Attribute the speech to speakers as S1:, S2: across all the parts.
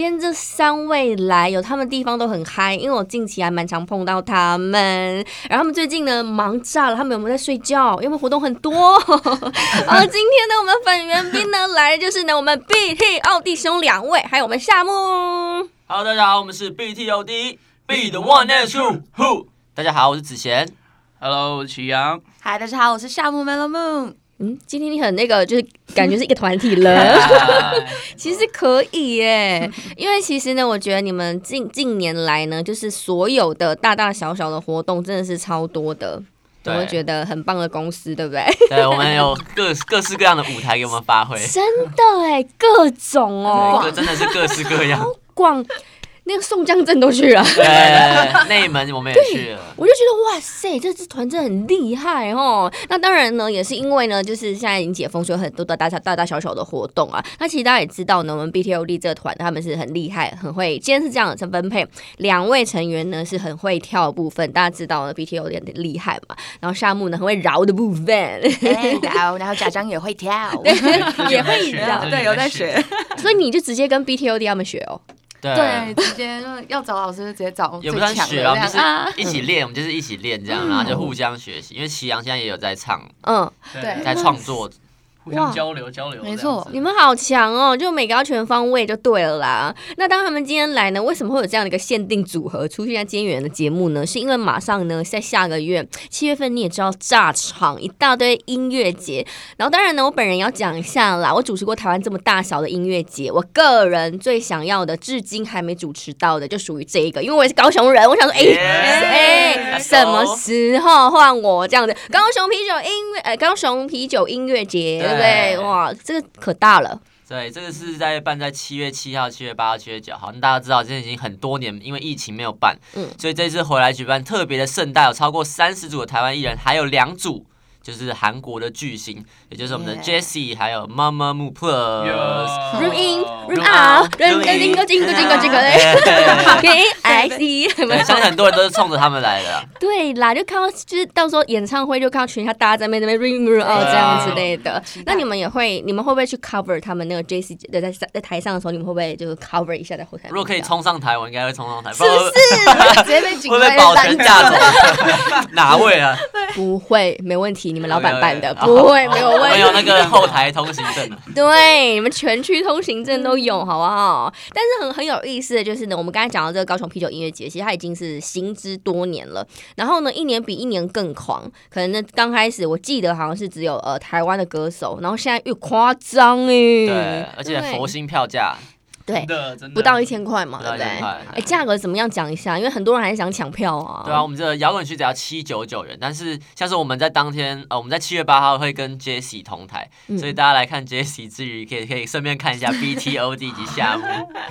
S1: 今天这三位来，有他们地方都很嗨，因为我近期还蛮常碰到他们。然后他们最近呢忙炸了，他们有没有在睡觉？有没有活动很多？ 而今天呢，我们的粉圆宾呢来的就是呢我们 BT 奥弟兄两位，还有我们夏木。
S2: Hello，大家好，我们是 BTOD Be the one and true who。大家好，我是子贤。Hello，我是曲阳。
S3: 嗨，大家好，我是夏木 Melo Moon。
S1: 嗯，今天你很那个，就是感觉是一个团体 了。其实可以耶，因为其实呢，我觉得你们近近年来呢，就是所有的大大小小的活动真的是超多的，我
S2: 对
S1: 会觉得很棒的公司，对不对？
S2: 对，我们有各各式各样的舞台给我们发挥，
S1: 真的哎，各种
S2: 对，
S1: 哦
S2: 各，真的是各式各样。
S1: 逛那个宋江镇都去了，
S2: 对，内门我们也去了。
S1: 我就觉得哇塞，这支团真的很厉害哦。那当然呢，也是因为呢，就是现在已经解封，所以有很多的大大大大小小的活动啊。那其实大家也知道呢，我们 BTOD 这个团他们是很厉害，很会。今天是这样的分配，两位成员呢是很会跳的部分，大家知道呢 BTOD 很厉害嘛。然后夏木呢很会饶的部分，
S3: 哎然后，然后假装也会跳，
S1: 也会
S3: 然
S1: 饶
S3: 后，对，有在学。
S1: 所以你就直接跟 BTOD 他们学哦。
S2: 对
S3: 对，，直接就要找老师，就直接找
S2: 也
S3: 最
S2: 不算
S3: 强
S2: 学
S3: 的
S2: 啊，我
S3: 这
S2: 们
S3: 样啊。
S2: 就是一起练，我们就是一起练这样，然后就互相学习。因为祁阳现在也有在唱，
S1: 嗯，
S3: 对
S2: 在创作，
S4: 互相交流交流这样子，
S3: 没错
S1: 你们好强哦，就每个要全方位就对了啦。那当他们今天来呢，为什么会有这样的一个限定组合出现在今天的节目呢？是因为马上呢，在下个月七月份你也知道炸场一大堆音乐节，然后当然呢，我本人也要讲一下啦，我主持过台湾这么大小的音乐节，我个人最想要的，至今还没主持到的，就属于这一个，因为我也是高雄人，我想说，哎、哎
S2: Yes，let's
S1: 什么
S2: go
S1: 时候换我这样子？高雄啤酒音乐，呃，高雄啤酒音乐节，对不对？
S2: 对
S1: 哇，这个可大了，
S2: 对，这个是在办在七月七号、七月八号、七月九号。那大家知道，这已经很多年，因为疫情没有办，
S1: 嗯
S2: 所以这次回来举办特别的盛大，有超过三十组的台湾艺人，还有两组就是韩国的巨星，也就是我们的
S3: Yeah
S2: Jessie 还有 Mama Mu Plus。
S1: room in room
S2: Room
S1: out，
S2: out，
S1: 人
S2: room
S1: 人
S2: in
S1: 人个金个金个金个嘞
S2: 对
S1: ，K I C，
S2: 对相信很多人都是冲着他们来的啦。啊
S1: 对啦，就看到就是到时候演唱会就看到群下大家在那边那边 ring ring 哦这样之类的。那你们也会，你们会不会去 cover 他们那个 J C 的在在台上的时候，你们会不会就是 cover 一下在后台？
S2: 如果可以，冲上台，我应该会冲上台，
S1: 是
S2: 不然我
S1: 不
S3: 直接被警
S2: 会被
S3: 官
S2: 保
S3: 拦
S2: 全架走。 哪位啊？
S1: 是？不会，没问题，你 们老板办的，
S2: OK，OK，
S1: 不会没有问
S2: 我
S1: 题嗯
S2: 有。那个后台通行证啊。
S1: 对，你们全区通行证都有，好不好？但是很很有意思的就是呢，我们刚才讲到这个高雄啤酒音乐节，其实它已经是行之多年了。然后呢，一年比一年更狂。可能呢，刚开始我记得好像是只有呃台湾的歌手，然后现在越夸张
S2: 对
S1: 哎，，
S2: 而且
S1: 对
S2: 佛心票价
S1: 对
S4: 真，的真的
S1: 不到一千块嘛，
S2: 不
S1: 对
S2: 到
S1: 不
S2: 一
S1: 对？
S2: 千块。
S1: 哎，价格怎么样？讲一下，因为很多人还是想抢票啊。
S2: 对啊，我，们这个摇滚区只要七九九元，但是像是我们在当天，呃，我们在七月八号会跟 Jesse 同台，
S1: 嗯
S2: 所以大家来看 Jesse 之余，可以可以顺便看 一下 BTOD 以及夏目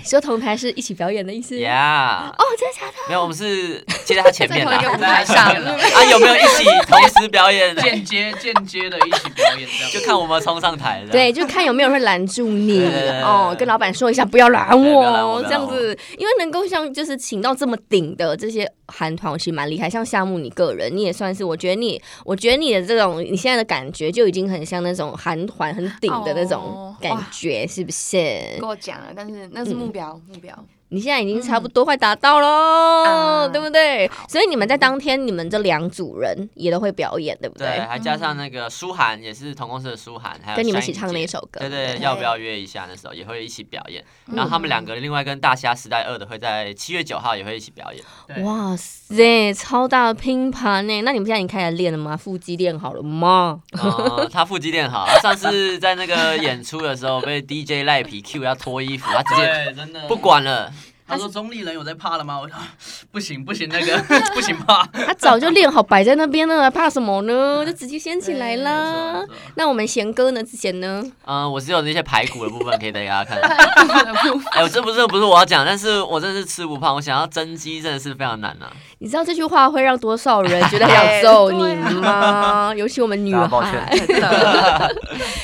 S1: 说同台是一起表演的意思。
S2: ，Yeah，
S1: 哦，真的假的？
S2: 没有，我们是接在他前 面
S3: 在同一个舞
S2: 啦，
S3: 台上
S2: 啊，有没有一起同时表演？
S4: 间接间接的一起表演这样，
S2: 就看我们冲上台了。
S1: 对，就看有没有人会拦住你
S2: 对对对对
S1: 哦，跟老板说一下不要拦
S2: 对不要拦
S1: 我
S2: 我
S1: 这
S2: 不要
S1: 样
S2: 拦我
S1: 子，因为能够像就是请到这么顶的这些韩团，我其实蛮厉害。像夏木你个人，你也算是，我觉得你，我觉得你的这种你现在的感觉就已经很像那种韩团很顶的那种
S3: 哦
S1: 感觉，是不是？
S3: 跟我讲了，但是那是目标，目标。
S1: 你现在已经差不多快达到喽，
S2: 嗯
S3: 啊
S1: 对不对？所以你们在当天，你们这两组人也都会表演，对不
S2: 对，还加上那个舒涵，也是同公司的舒涵，还
S1: 嗯
S2: 有
S1: 跟你们一
S2: 山
S1: 起
S2: 影
S1: 唱
S2: 姐
S1: 那一首歌，
S2: 对对，
S3: 对
S2: 要不要约一下？那时候也会一起表演。然后他
S1: 嗯
S2: 们两个另外跟大虾时代二的会在七月九号也会一起表演。
S4: 对
S1: 哇塞，超大的拼盘呢！那你们现在已经开始练了吗？腹肌练好了 吗？
S2: 嗯，他腹肌练好，他上次在那个演出的时候被 DJ 赖皮 Q 要脱衣服，他直接
S4: 对，真的
S2: 不管了，
S4: 他说中立人有在怕了吗？我说啊 不行不行，那个不行怕。
S1: 他早就练好摆在那边了，怕什么呢？就直接掀起来
S4: 没
S1: 啦
S4: 错没错。
S1: 那我们贤哥呢？之前呢？
S2: 嗯，我只有那些排骨的部分可以带给大家 看。
S3: 的部分
S2: 哎、我这不是不是我要讲，但是我真的是吃不胖，我想要增肌真的是非常难啊。
S1: 你知道这句话会让多少人觉 得想揍你吗？尤其我们女
S2: 大家抱
S1: 孩
S2: 歉，
S3: 哎啊真的，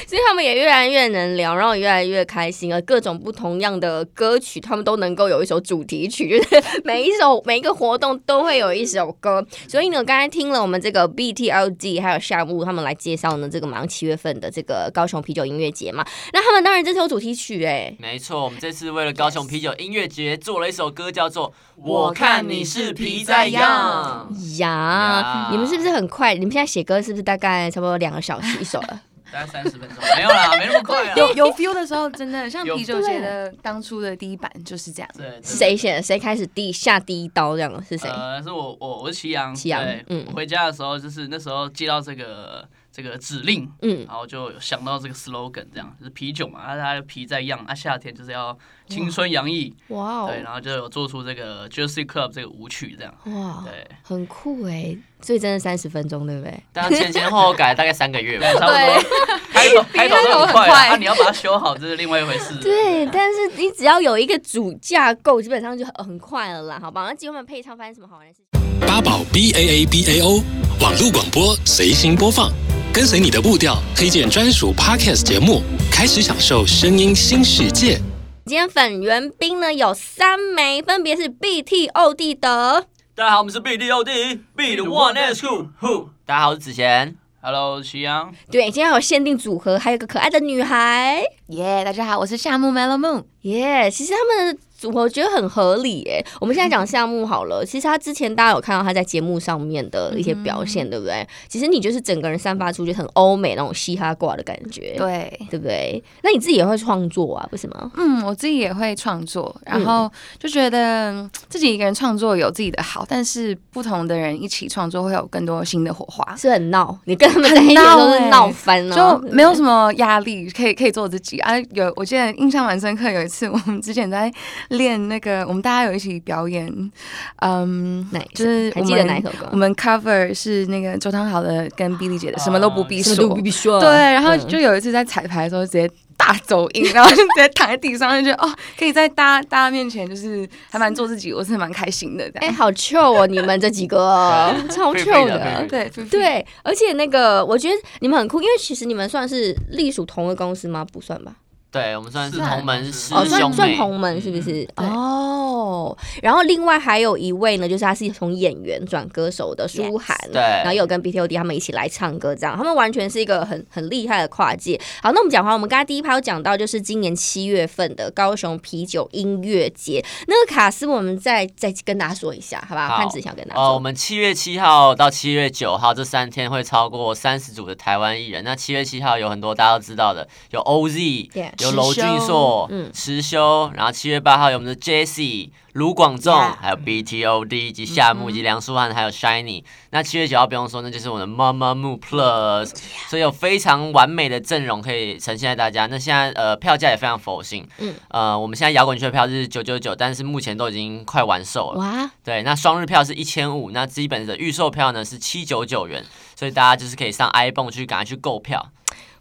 S1: 所以他们也越来越能聊，然后也越来越开心了。呃各种不同样的歌曲，他们都能够有一首主题曲，就是每一首每一个活动都会有一首歌。所以呢，刚才听了我们这个 BTLG 还有夏木他们来介绍呢，这个马上七月份的这个高雄啤酒音乐节嘛。那他们当然这首主题曲哎、
S2: 没错，我们这次为了高雄啤酒音乐节做了一首歌，叫做《我看你是皮在样》。
S1: 呀
S2: 呀，
S1: 你们是不是很快？你们现在写歌是不是大概差不多两个小时一首了？
S4: 大概三十分钟，没有啦，没那么快啊。
S3: 有有 feel 的时候，真的像
S4: 有
S3: 啤酒节的当初的第一版就是这样。
S4: 对，
S1: 是谁写的？谁开始第下第一刀这样的？是谁？
S4: 呃，是我我我是祁阳，
S1: 祁阳
S4: 对，
S1: 嗯
S4: 回家的时候就是那时候接到这个这个指令，
S1: 嗯，
S4: 然后就有想到这个 slogan，这样就是啤酒嘛，啊，它的啤在样，啊，夏天就是要青春洋溢，
S1: 哇哦
S4: 对，，然后就有做出这个 Jersey Club 这个舞曲这样，
S1: 哇，
S4: 对，
S1: 很酷哎！所以真的三十分钟，对不对？
S2: 但啊 前前后后改了大概三个 月吧
S4: 对，。差不多，开 头开头都很快啊，啊你要把它修好，这是另外一回事。
S1: 对，但是你只要有一个主架构，基本上就很很快了啦，好吧？那今天我们配唱发生什么好玩的事情？
S5: 八宝 B A A B A O 网络广播随心播放，跟随你的步调，推荐专属 Podcast 节目，开始享受声音新世界。
S1: 今天粉圆冰呢有三枚，分别是 BTOD 的，
S2: 大家好，我们是 B D O D B 的 One and Two Who。大家好，我是子贤。
S4: Hello，祁阳，
S1: 对，今天还有限定组合，还有一个可爱的女孩。
S3: 耶，大家好，我是夏木 Melo Moon。
S1: 耶其实他们的组合我觉得很合理耶。我们现在讲项目好
S3: 嗯
S1: 了，其实他之前大家有看到他在节目上面的一些表
S3: 嗯
S1: 现，对不对？其实你就是整个人散发出就是很欧美那种嘻哈挂的感觉，
S3: 对，
S1: 对不对？那你自己也会创作啊，不是吗？
S3: 嗯，我自己也会创作，然后就觉得嗯自己一个人创作有自己的好，但是不同的人一起创作会有更多新的火花，
S1: 是很闹，你跟他们在一起
S3: 啊很闹
S1: 都是
S3: 耶
S1: 闹翻哦了、
S3: 就没有什么压力，可以可以做自己啊。有，我记得印象蛮深刻，有一次我们之前在练那个，我们大家有一起表演，嗯，
S1: 哪一首
S3: 就是
S1: 还
S3: 我
S1: 记得
S3: 们
S1: 哪一首歌
S3: 我们 cover 是那个周汤豪的跟 Billy 姐的，什么都不必
S1: 哦什么
S3: 说，
S1: 都不必说。
S3: 对，然后
S1: 嗯
S3: 就有一次在彩排的时候直接大走 音，然后就直接躺在地上，就觉得哦，可以在大家大家面前就是还蛮做自己，我是蛮开心的这
S1: 哎、
S3: 样。
S1: 好 c 哦，你们这几个哦超 c
S2: 配配的配
S1: 的
S2: 配。
S3: 对对对，
S1: 哎对，而且那个，我觉得你们很酷，因为其实你们算是隶属同一个公司吗？不算吧？
S2: 对，我们算是啊
S4: 算
S2: 同门师
S1: 哦，
S2: 兄
S1: 算
S2: 妹，
S1: 算
S2: 嗯
S1: 同门是不是？哦，然后另外还有一位呢，就是他是从演员转歌手的舒涵，
S2: 对
S1: 然后也有跟 BTOD 他们一起来唱歌，这样他们完全是一个很很厉害的跨界。好，那我们讲话，我们刚才第一趴有讲到，就是今年七月份的高雄啤酒音乐节，那个卡斯我们再再跟大家说一下，好不好？
S2: 好
S1: 看只想跟大家
S2: 哦，我
S1: 说，
S2: 们七月七号到七月九号这三天会超过三十组的台湾艺人。那七月七号有很多大家都知道的，有 OZ，、
S1: Yeah
S2: 有娄俊硕、
S1: 嗯
S2: 池修，然后七月八号有我们的 Jesse、卢广
S1: Yeah
S2: 仲
S1: Mm-hmm
S2: 还有 BTOD 以及夏木以及梁舒涵还有 Shiny。那七月九号不用说，那就是我们的 Mama Mu Plus，所以有非常完美的阵容可以呈现在大家。那现在呃票价也非常佛性，
S1: 嗯
S2: 嗯，呃我们现在摇滚区的票是九九九，但是目前都已经快完售了。
S1: 哇，
S2: 对，那双日票是一千五，那基本的预售票呢是七九九元，所以大家就是可以上 iPhone 去赶快去购 票，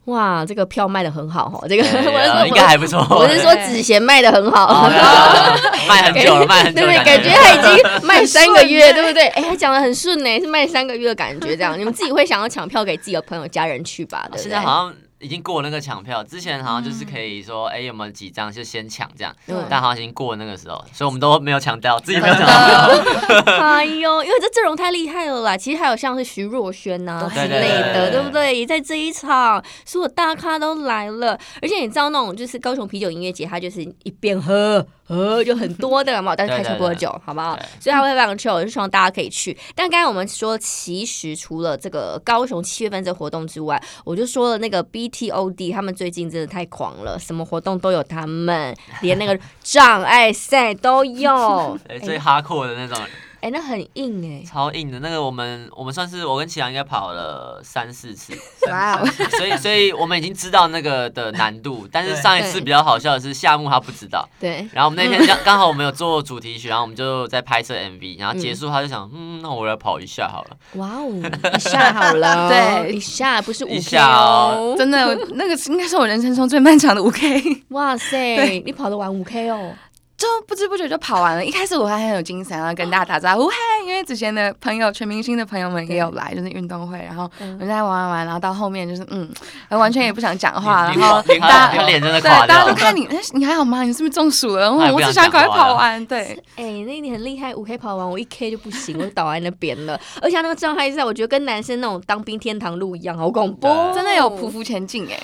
S1: 哇，这个票卖的很好哦，这个 我
S2: 对
S1: 是
S2: 呃
S1: 说
S2: 应该还不错。
S1: 我是说子贤卖的很好
S2: 哦。对啊卖很久了，卖很 久
S1: 对对，
S2: 了，
S1: 感觉他已经卖三个月，对不对？哎，他讲的很顺呢，是卖三个月的感觉，这样你们自己会想要抢票给自己的朋友、家人去吧？对不
S2: 哦现
S1: 对
S2: 在？好像已经过了那个抢票，之前好像就是可以说，哎、有没有几张就先抢这样，
S1: 嗯
S2: 但好像已经过了那个时候，所以我们都没有抢到，自己没有抢到。
S1: 哎呦，因为这阵容太厉害了啦！其实还有像是徐若瑄呐、之
S2: 对对
S1: 类的，
S2: 对对对
S1: 对不对？也在这一场，所有大咖都来了。而且你知道那种就是高雄啤酒音乐节，它就是一边喝喝就很多的嘛，但是
S2: 对
S1: 开
S2: 对
S1: 车不喝
S2: 对
S1: 酒，好不好
S2: 对？
S1: 所以它会非常 chill，我就希望大家可以去。但刚才我们说，其实除了这个高雄七月份这活动之外，我就说了那个 BTOD 他们最近真的太狂了，什么活动都有 他们，连那个障碍赛都有。
S2: 对，最哈扣的那种
S1: 哎、那很硬哎、
S2: 超硬的那个，我们我们算是我跟齐阳应该跑了三四次，
S1: 啊
S3: 哇哦，
S2: 所以所以我们已经知道那个的难度，但是上一次
S1: 对
S2: 比较好笑的是夏木他不知道，
S1: 对，
S2: 然后我们那 天刚刚好我们有做主题曲，然后我们就在拍摄 MV，然后结束他就想，嗯，那我来跑一下好了，
S1: 哇 哦，一下好了，
S3: 对
S1: 一下不是五
S2: 一
S1: K
S2: 下哦
S1: 哦，
S3: 真的，我那个是应该是我人生中最漫长的五 K，
S1: 哇塞
S3: 对，
S1: 你跑得完五 K 哦，
S3: 就不知不觉就跑完了。一开始我还很有精神，然啊后跟大家打招呼嗨，因为之前的朋友、全明星的朋友们也有来，就是运动会，然后
S1: 嗯
S3: 我们在玩玩玩，然后到后面就是嗯，完全也不想讲话，
S4: 你
S3: 然后
S4: 你
S3: 大
S2: 他
S3: 家
S2: 他脸真的
S3: 对
S2: 垮
S3: 大
S2: 掉
S3: 家都
S2: 了，
S3: 看你，哎你还好吗？你是不是中暑了？
S2: 他也不
S3: 我我
S2: 想
S3: 只想赶快
S2: 讲话了
S3: 跑完，对。
S1: 哎、那你很厉害，五 K 跑完我一 K 就不行，我就倒在那边了， 而且他那个状态是在我觉得跟男生那种当兵天堂路一样，好哦恐怖，
S2: 对
S3: 真的
S1: 哦
S3: 有匍匐前进哎、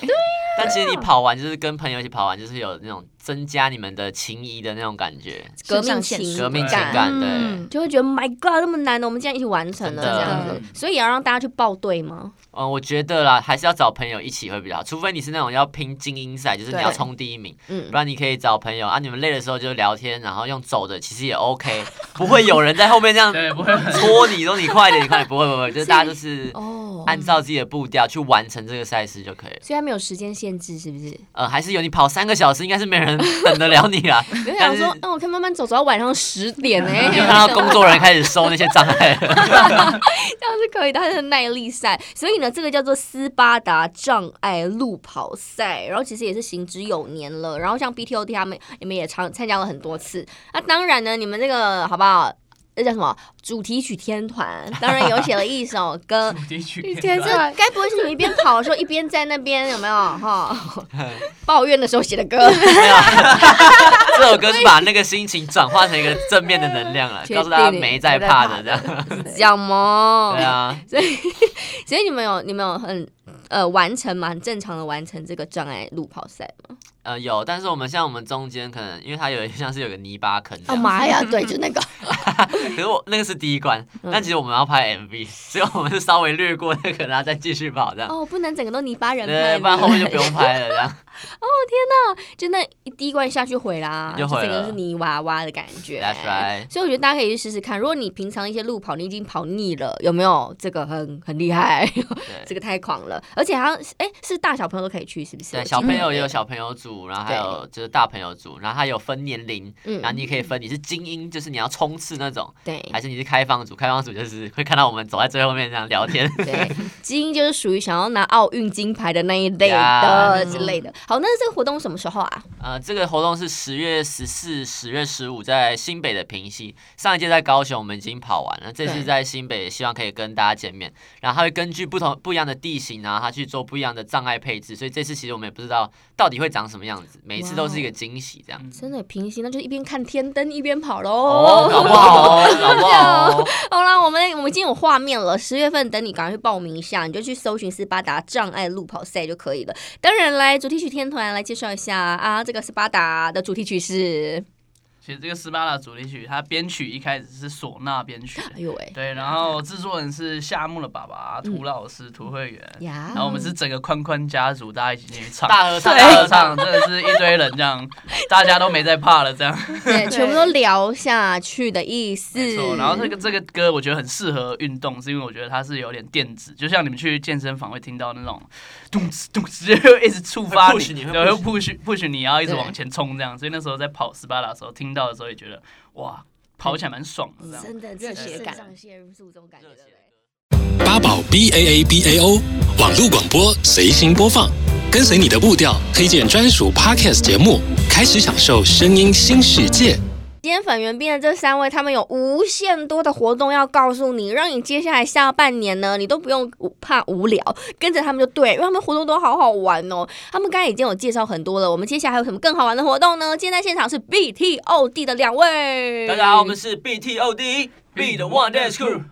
S2: 但其实你跑完就是跟朋友一起跑完，就是有那种增加你们的情谊的那种感觉，
S1: 革
S3: 肾
S1: 命
S3: 上腺
S1: 情
S3: 素
S2: 革命情
S1: 感。
S2: 感，对
S3: 嗯。
S1: 就会觉得 My God，那么难的，我们竟然一起完成了
S2: 真
S1: 这
S2: 的
S1: 样子，所以也要让大家去报队吗？
S2: 嗯，我觉得啦，还是要找朋友一起会比较好，除非你是那种要拼精英赛，就是你
S3: 对
S2: 要冲第一名，
S1: 嗯
S2: 不，然你可以找朋友啊，你们累的时候就聊天，然后用走的，其实也 OK，不会有人在后面这样
S4: 对，不会 很。
S2: 戳你，说你快点，你快点，不会不会不会，就是大家就是
S1: 哦，
S2: 按照自己的步调去完成这个赛事就可以了。
S1: 虽然没有时间限制，是不是？
S2: 呃，还是有你跑三个小时，应该是没人等得了你 啦。
S1: 没有
S2: 但
S1: 想
S2: 是
S1: 说，嗯，我看慢慢走，走到晚上十 点哎呢、
S2: 你有看到工作人员开始收那些障碍 了，
S1: 这样是可以的，它是耐力赛，所以呢，这个叫做斯巴达障碍路跑赛，然后其实也是行之有年了。然后像 BTOT 他们，你们也常参加了很多次。那当然呢，你们这个好不好？那叫什么主题曲天团？当然有写了一首歌
S4: 低曲。
S3: 天
S1: 这该不会是你们一边跑的时候一边在那边有没有哈抱怨的时候写的歌？
S2: 没有啊？这首歌是把那个心情转化成一个正面的能量了，
S1: 确
S2: 告诉大家
S1: 定
S2: 没在怕的这样。
S1: 讲嘛？
S2: 对啊，
S1: 所以你们有你们有很呃完成吗？很正常的完成这个障碍路跑赛吗？
S2: 呃，有，但是我们像我们中间可能，因为它有一像是有个泥巴坑这
S1: 哦
S2: 样，
S1: 妈呀，对，就那个。
S2: 可是我那个是第一关，
S1: 嗯
S2: 但其实我们要拍 MV，所以我们是稍微略过那个，然后再继续跑这样，
S1: 哦，不能整个都泥巴人
S2: 对，
S1: 拍，
S2: 不然后面就不 用拍了这样。
S1: 就那一滴灌下去毁啦，
S2: 又毁
S1: 就整
S2: 了
S1: 个是泥娃娃的感觉。
S2: That's right
S1: 所以我觉得大家可以去试试看，如果你平常一些路跑你已经跑腻了，有没有这个很很厉害？ 这
S2: 对，
S1: 个太狂了，而且好像哎、是大小朋友都可以去，是不是？
S2: 对，
S1: 我记
S2: 小
S1: 得
S2: 朋友也有小朋友组，然后还有就是大朋友组，然后它有分年龄，
S1: 嗯
S2: 然后你可以分你是精英，就是你要冲刺那种，
S1: 对。
S2: 还是你是开放组，开放组就是会看到我们走在最后面这样聊天。
S1: 对，基因就是属于想要拿奥运金牌的那一 类的
S2: Yeah
S1: 之类的。好，那这个活动什么时候啊？
S2: 呃，这个活动是十月十四、十月十五在新北的平溪，上一届在高雄我们已经跑完了，这次
S1: 对
S2: 在新北希望可以跟大家见面。然后它会根据不同不一样的地形啊，它去做不一样的障碍配置，所以这次其实我们也不知道到底会长什么样子，每一次都
S1: 哦
S2: 是一个惊喜这样。
S1: 真的平行，那就是一边看天灯一边跑喽。
S2: 哦，搞不好哦，搞不好哦，
S1: 好啦，我们我们已经有画面了，十月份等你赶快去报名一下，你就去搜寻斯巴达障碍路跑赛就可以了。当然，来主题曲天团来介绍一下啊，这个斯巴达的主题曲是，
S4: 其实这个斯巴达主题曲，它编曲一开始是唢呐编曲，
S1: 哎呦喂
S4: 对，然后制作人是夏木的爸爸涂老师涂慧源，
S1: 呀
S4: 然，后我们是整个宽宽家族，大家一起进去唱。
S2: 大合唱，
S4: 大
S2: 大合
S4: 合
S2: 唱。
S4: 唱真的是一堆人这样，大家都没在怕了这样。
S1: 对， 全部都聊下去的意思
S4: 没。错，然后这个这个歌我觉得很适合运动，是因为我觉得它是有点电子，就像你们去健身房会听到那种咚哧咚哧， 就一直触发
S2: 会
S4: 你，
S2: push 你会
S4: 对，会 push push 你要一直往前冲这样。所以那时候在跑斯巴达的时候听到的时候也觉得哇，跑起来蛮爽的这样。
S1: 真的热
S4: 血感
S1: 上腺素这种感觉。对不对
S5: 八宝 B A A B A O 网络广播随心播放，跟随你的步调，推荐专属 Podcast 节目，开始享受声音新世界。
S1: 今天粉圆变的这三位，他们有无限多的活动要告诉你，让你接下来下半年呢，你都不用怕无聊，跟着他们就对，因为他们活动都好好玩哦。 他们刚才已经有介绍很多了，我们接下来还有什么更好玩的活动呢？今天在现场是 BTOD 的两位，
S2: 大家好，我们是 B T O D B 的 One Dance Crew。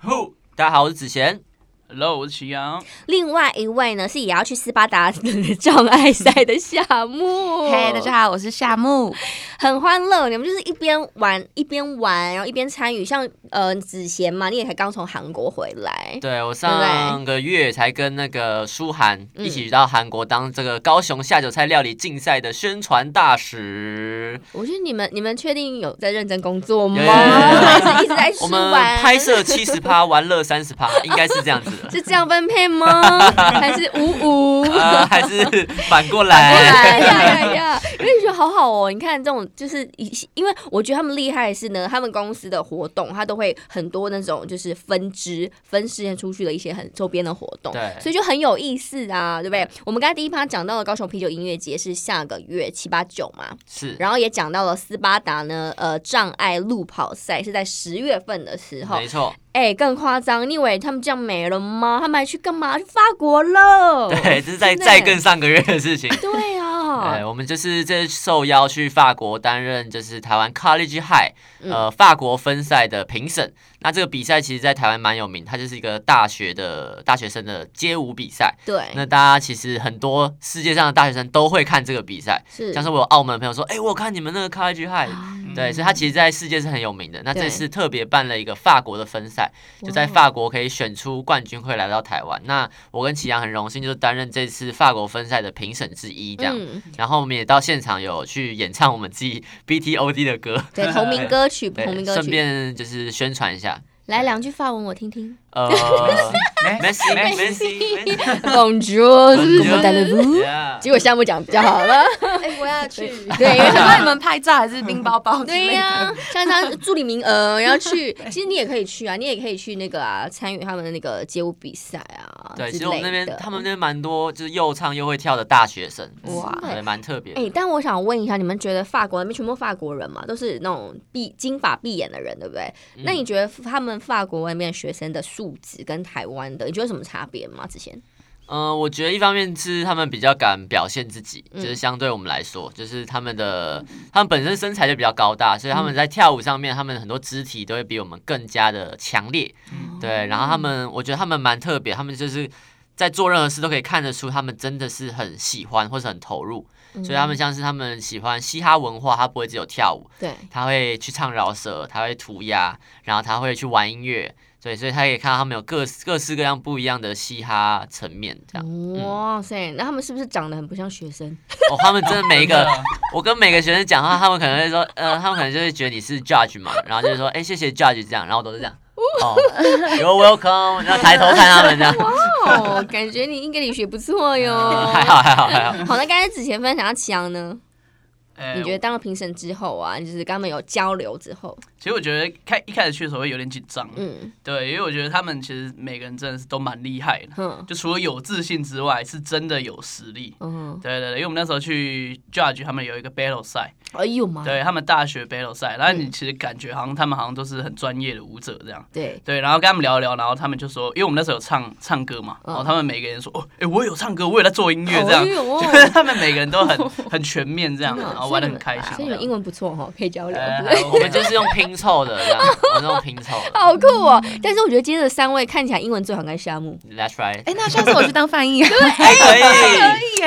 S2: 大家好，我是子贤。
S4: Hello，我是祁阳。
S1: 另外一位呢是也要去斯巴达的 障碍赛的夏木，
S3: 嘿，大家好，我是夏木。
S1: 很欢乐，你们就是一边玩一边玩，然后一边参与。像呃子贤嘛，你也才刚从韩国回来，
S2: 对我上个月才跟那个舒涵一起到韩国当这个高雄下酒菜料理竞赛的宣传大使。
S1: 我觉得你们你们确定有在认真工作吗？
S2: 有有有有
S1: 还是一直在
S2: 我
S1: 吃
S2: 们
S1: 玩？
S2: 拍摄七十 趴，玩乐三十趴，应该是这样子 的。
S1: 是这样分配 吗？还是五五？
S2: 啊，还是反过
S1: 呀
S2: 来。
S1: 呀呀！因为觉得好好哦，你看这种就是一，因为我觉得他们厉害的是呢，他们公司的活动，它都会很多那种就是分支分支出去的一些很周边的活动，
S2: 对
S1: 所以就很有意思啊，对不对？我们刚才第一趴讲到了高雄啤酒音乐节是下个月七八九嘛，
S2: 是，
S1: 然后也讲到了斯巴达呢，呃，障碍路跑赛是在十月份的时候，
S2: 没错，
S1: 哎，更夸张，你以为他们这样没了吗？他们还去干嘛？去法国了，
S2: 对，这是在
S1: 真的
S2: 再更哎上个月哦的事情。
S1: 对 啊，
S2: 对，我们就是这受邀去法国担任，就是台湾 College High，呃，
S1: 嗯
S2: 法国分赛的评审。那这个比赛其实，在台湾蛮有名，它就是一个大学的大学生的街舞比赛。
S1: 对，
S2: 那大家其实很多世界上的大学生都会看这个比赛，
S1: 是嗯
S2: 像是我有澳门的朋友说，哎、我有看你们那个 College High，、对，所以它其实，在世界是很有名的。那
S1: 啊对
S2: 这次特别办了一个法国的分赛，就在法国可以选出冠军会来到台湾。那我跟祁阳很荣幸，就是担任这次法国分赛的评审之一，这样。
S1: 嗯
S2: 然后我们也到现场有去演唱我们自己 BTOD 的歌，
S1: 对，同名歌曲，
S2: 对
S1: 同名，歌
S2: 顺
S1: 曲，
S2: 便就是宣传一下。
S1: 来两句法文我听 听。
S2: 呃
S4: Messi，
S2: ，Messi Messi，
S1: Bonjour，结果夏木讲比较好了。
S3: 哎，我要去。
S1: 对，因为
S3: 想
S1: 他
S3: 帮你们拍照还是冰包包之
S1: 对
S3: 类的？
S1: 呀、像他助理名额要 去，其实你也可以去啊，你也可以去那个啊，参与他们的那个街舞比赛啊
S2: 对，
S1: 之
S2: 其实我们那
S1: 类
S2: 边
S1: 的。
S2: 他们那边蛮多就是又唱又会跳的大学生，
S3: 哇
S2: 对，蛮特别的。
S1: 哎、但我想问一下，你们觉得法国那边全部法国人嘛，都是那种闭金发碧眼的人，对不对？
S2: 嗯
S1: 那你觉得他们法国那边学生的素质跟台湾的，你觉得有什么差别吗？之前
S2: 嗯、我觉得一方面是他们比较敢表现自己，
S1: 嗯
S2: 就是相对我们来说，就是他们的他们本身身材就比较高大，所以他们在跳舞上面，他们很多肢体都会比我们更加的强烈。对，然后他们，我觉得他们蛮特别，他们就是在做任何事都可以看得出他们真的是很喜欢或者很投入，
S1: 嗯
S2: 所以他们像是他们喜欢嘻哈文化，他不会只有跳舞，
S1: 对，
S2: 他会去唱饶舌，他会涂鸦，然后他会去玩音乐，对，所以他可以看到他们有各各式各样不一样的嘻哈层面，这样。
S1: 哇塞，那他们是不是长得很不像学生？
S2: 哦，他们真的每一
S4: 真
S2: 个
S4: 的，
S2: 我跟每个学生讲话，他们可能会说，呃，他们可能就会觉得你是 judge 嘛，然后就会说，哎、谢谢 judge 这样，然后我都是这样，哦 ，You're welcome，然后抬头看他们这样，
S1: 哦，感觉你英格里学不错哟。
S2: 还好还好还好。
S1: 好，那刚才之前分享到祁阳呢，
S4: 哎
S1: 你觉得当了评审之后啊，就是跟他们有交流之后，
S4: 其实我觉得开一开始去的时候会有点紧张，
S1: 嗯
S4: 对，因为我觉得他们其实每个人真的是都蛮厉害的，
S1: 哼
S4: 就除了有自信之外，是真的有实力。
S1: 嗯，
S4: 对对对，因为我们那时候去 Judge 他们有一个 battle 赛，
S1: 哎呦妈，
S4: 对啊他们大学 battle 赛，然后
S2: 嗯
S4: 你其实感觉好像他们好像都是很专业的舞者这样。
S1: 对，
S4: 对，然后跟他们聊一聊，然后他们就说，因为我们那时候有唱唱歌嘛，
S2: 嗯
S4: 然后他们每个人说，哦，哎，我也有唱歌，我也在做音乐这样，
S1: 哎
S2: 哦
S1: 呦
S4: 就是 他们每个人 都很很全面这样，
S1: 嗯
S4: 然后玩的很开
S1: 所以
S4: 心
S1: 你
S4: 这
S1: 们英
S4: 样。
S1: 文不错哈，可以交流。
S4: 哎
S1: 对不对
S4: 还
S2: 我们就是用拼凑的这样，我们是用拼凑的。
S1: 好酷哦！但是我觉得今天的三位看起来英文最好，跟夏木，
S2: That's right，
S3: 哎，那下次我去当翻译。
S2: 还可
S1: 哎
S2: 以，
S3: 可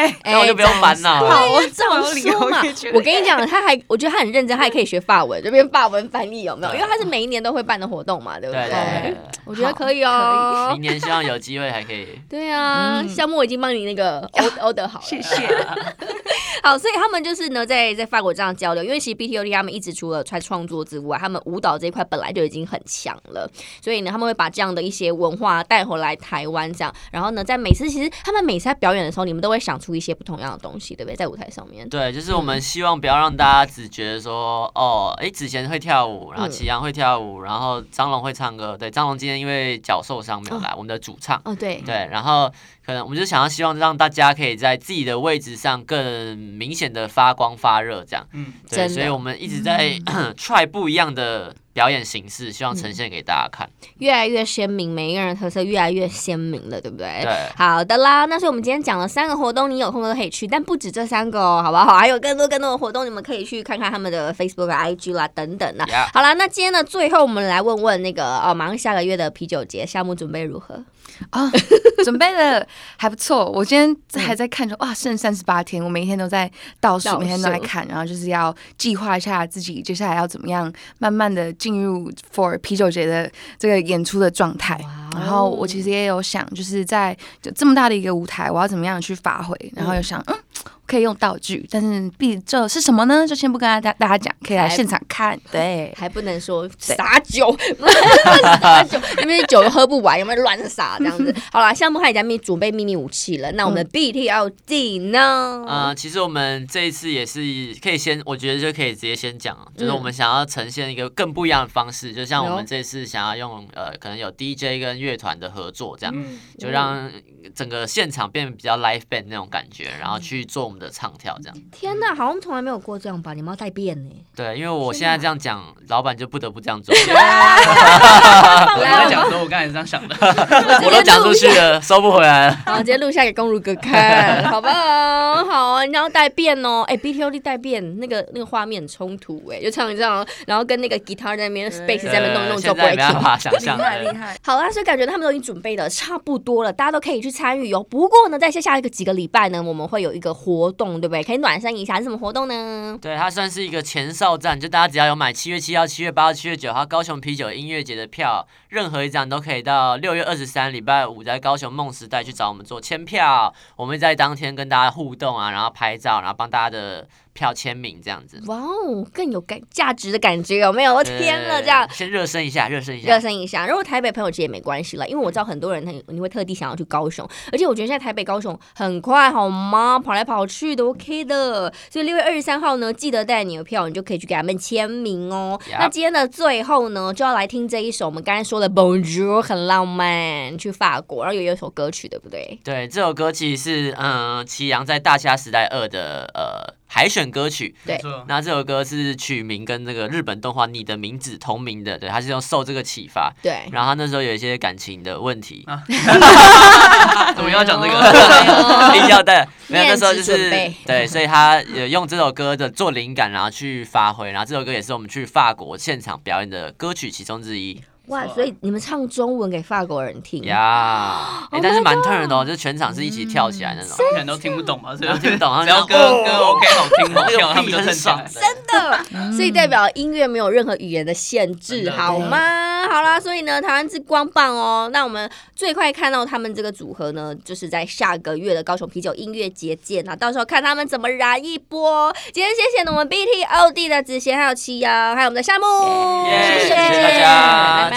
S3: 以耶。
S2: 那我就不用烦恼了。
S3: 好，我
S1: 这么说嘛，我跟你讲，他还我觉得他很认真，他还可以学法文，这边法文翻译有没有？因为他是每一年都会办的活动嘛，对不
S2: 对对
S1: 我觉得可以哦
S2: 对，。明年希望有机会还可以。
S1: 对啊，夏木我已经帮你那个欧欧的好了，
S3: 谢谢。
S1: 好，所以他们就是呢，在在法国这样交流，因为其实 BTOD 他们一直除了穿创作之外，他们舞蹈这一块本来就已经很强了，所以呢，他们会把这样的一些文化带回来台湾，这样，然后呢，在每次其实他们每次在表演的时候，你们都会想出一些不同样的东西，对不对？在舞台上面，
S2: 对，就是我
S1: 嗯
S2: 们希望不要让大家只觉得说，哦，哎，子贤会跳舞，然后
S1: 嗯
S2: 祁阳会跳舞，然后张龙会唱歌。对，张龙今天因为脚受伤没有来，我们的主唱。
S1: 哦，对，
S2: 对，然后可能我们就想要希望让大家可以在自己的位置上更明显的发光发热，这样。
S4: 嗯，
S2: 对，
S1: 真的嗯
S2: 所以我们一直在 try 不一样的表演形式，希望呈现给大家看。
S1: 越来越鲜明，每一个人的特色越来越鲜明了，对不对？
S2: 对
S1: 好的啦，那所以我们今天讲了三个活动，你有空都可以去，但不止这三个哦，好不好？还有更多更多的活动，你们可以去看看他们的 Facebook 啊、IG 啦等等的。
S2: Yeah
S1: 好啦，那今天呢，最后我们来问问那个哦，马上下个月的啤酒节，夏目准备如何？
S3: 啊，准备的还不错。我今天还在看着，哇，剩三十八天，我每一天都在嗯倒数
S1: 倒，数
S3: 每天都在看，然后就是要计划一下自己接下来要怎么样，慢慢的进入 for 啤酒节的这个演出的状态。然后我其实也有想，就是在就这么大的一个舞台，我要怎么样去发挥？然后又想，嗯。可以用道具，但是必这是什么呢？就先不跟大家大家讲，可以来现场看。对，
S1: 还不能说撒酒，撒酒， 因为酒又喝不完，有没有乱撒这样 子？好啦，项目开始，咱们准备秘密武器了。那我们的
S2: 嗯
S1: BTLD 呢？
S2: 呃，其实我们这一次也是可以先，我觉得就可以直接先讲，
S1: 嗯
S2: 就是我们想要呈现一个更不一样的方式，就像我
S1: 有
S2: 们这次想要用呃，可能有 DJ 跟乐团的合作，这样、
S1: 嗯
S2: 就让整个现场变得比较 live band 那种感觉，然后去做我们的唱跳这样。
S1: 天哪，好像从来没有过这样吧？你们要带变呢？
S2: 对，因为我现在这样讲，老板就不得不这 样做，
S4: 我在讲的时候，我刚才也这样想的。
S2: 我都讲出去了，收不回来了。
S1: 好，直接录下给公如哥看，好不好？好，你要带变 哦，哎、b t o d 带变，那个那个画面很冲突哎、就唱一唱，然后跟那个吉他在那边 space 在那边弄一弄
S2: 呃
S1: 就
S2: 现
S1: 不会
S2: 在没办
S1: 停。
S2: 法想象了。
S3: 害！
S1: 好啦，所以感觉他们都已经准备的差不多了，大家都可以去参与哦。不过呢，在下下一个几个礼拜呢，我们会有一个活动，对不对？可以暖身一下，是什么活动呢？
S2: 对，它算是一个前哨站，就大家只要有买七月七号、七月八号、七月九号高雄啤酒音乐节的票，任何一张都可以到六月二十三礼拜五在高雄梦时代去找我们做签票，我们会在当天跟大家互动啊，然后拍照，然后帮大家的票签名这样子。
S1: 哇哦，更有感价值的感觉有没有？我天了，
S2: 对
S1: 这样。
S2: 先热身一下，热身一下
S1: 热。身一下。如果台北朋友其实也没关系了，因
S4: 嗯
S1: 为我知道很多人他你会特地想要去高雄，而且我觉得现在台北、高雄很快好吗？跑来跑去的 OK 的。所以六月二十三号呢，记得带你的票，你就可以去给他们签名哦。
S2: Yup
S1: 那今天的最后呢，就要来听这一首我们刚才说的《Bonjour》，很浪漫，去法国，然后也有一首歌曲，对不对？
S2: 对，这首歌其实是嗯，祁阳在《大虾时代二》的呃海选歌曲。
S1: 对
S4: 没错
S2: 那这首歌是取名跟那个日本动画《你的名字》同名的，对，它是用受这个启发，
S1: 对。
S2: 然后他那时候有一些感情的问题，
S4: 啊怎么又要讲 这
S1: 哎
S4: 个？ 哎
S2: 一定 要带。没有那时候
S1: 嗯
S2: 就
S1: 面子准
S2: 是
S1: 备
S2: 对，所以他有用这首歌的做灵感，然后去发挥。然后这首歌也是我们去法国现场表演的歌曲其中之一
S1: 哇，所以你们唱中文给法国人听嗯
S2: 呀。哎，
S1: ，Oh
S2: 但是蛮 turn 的哦，就全场是一起跳起来那种。
S4: 可能都听不懂吧？所以
S2: 听不懂他们
S4: 只要
S2: 就
S4: 歌歌 OK 好 听好
S2: 那
S4: 跳，
S2: 个
S4: 他们
S2: 屁
S4: 就
S2: 很
S4: 正
S2: 爽
S4: 常。
S2: 的，
S1: 所以代表音乐没有任何语言的限
S4: 真
S1: 制，
S4: 的
S1: 好吗？好啦，所以呢，台湾之光棒哦。那我们最快看到他们这个组合呢，就是在下个月的高雄啤酒音乐节见啊，到时候看他们怎么燃一波。今天谢谢我们 BTOD 的子贤，还有七阳，还有我们的夏木
S2: 耶！谢
S1: 谢
S2: 谢大
S1: 拜
S2: 家，
S1: 拜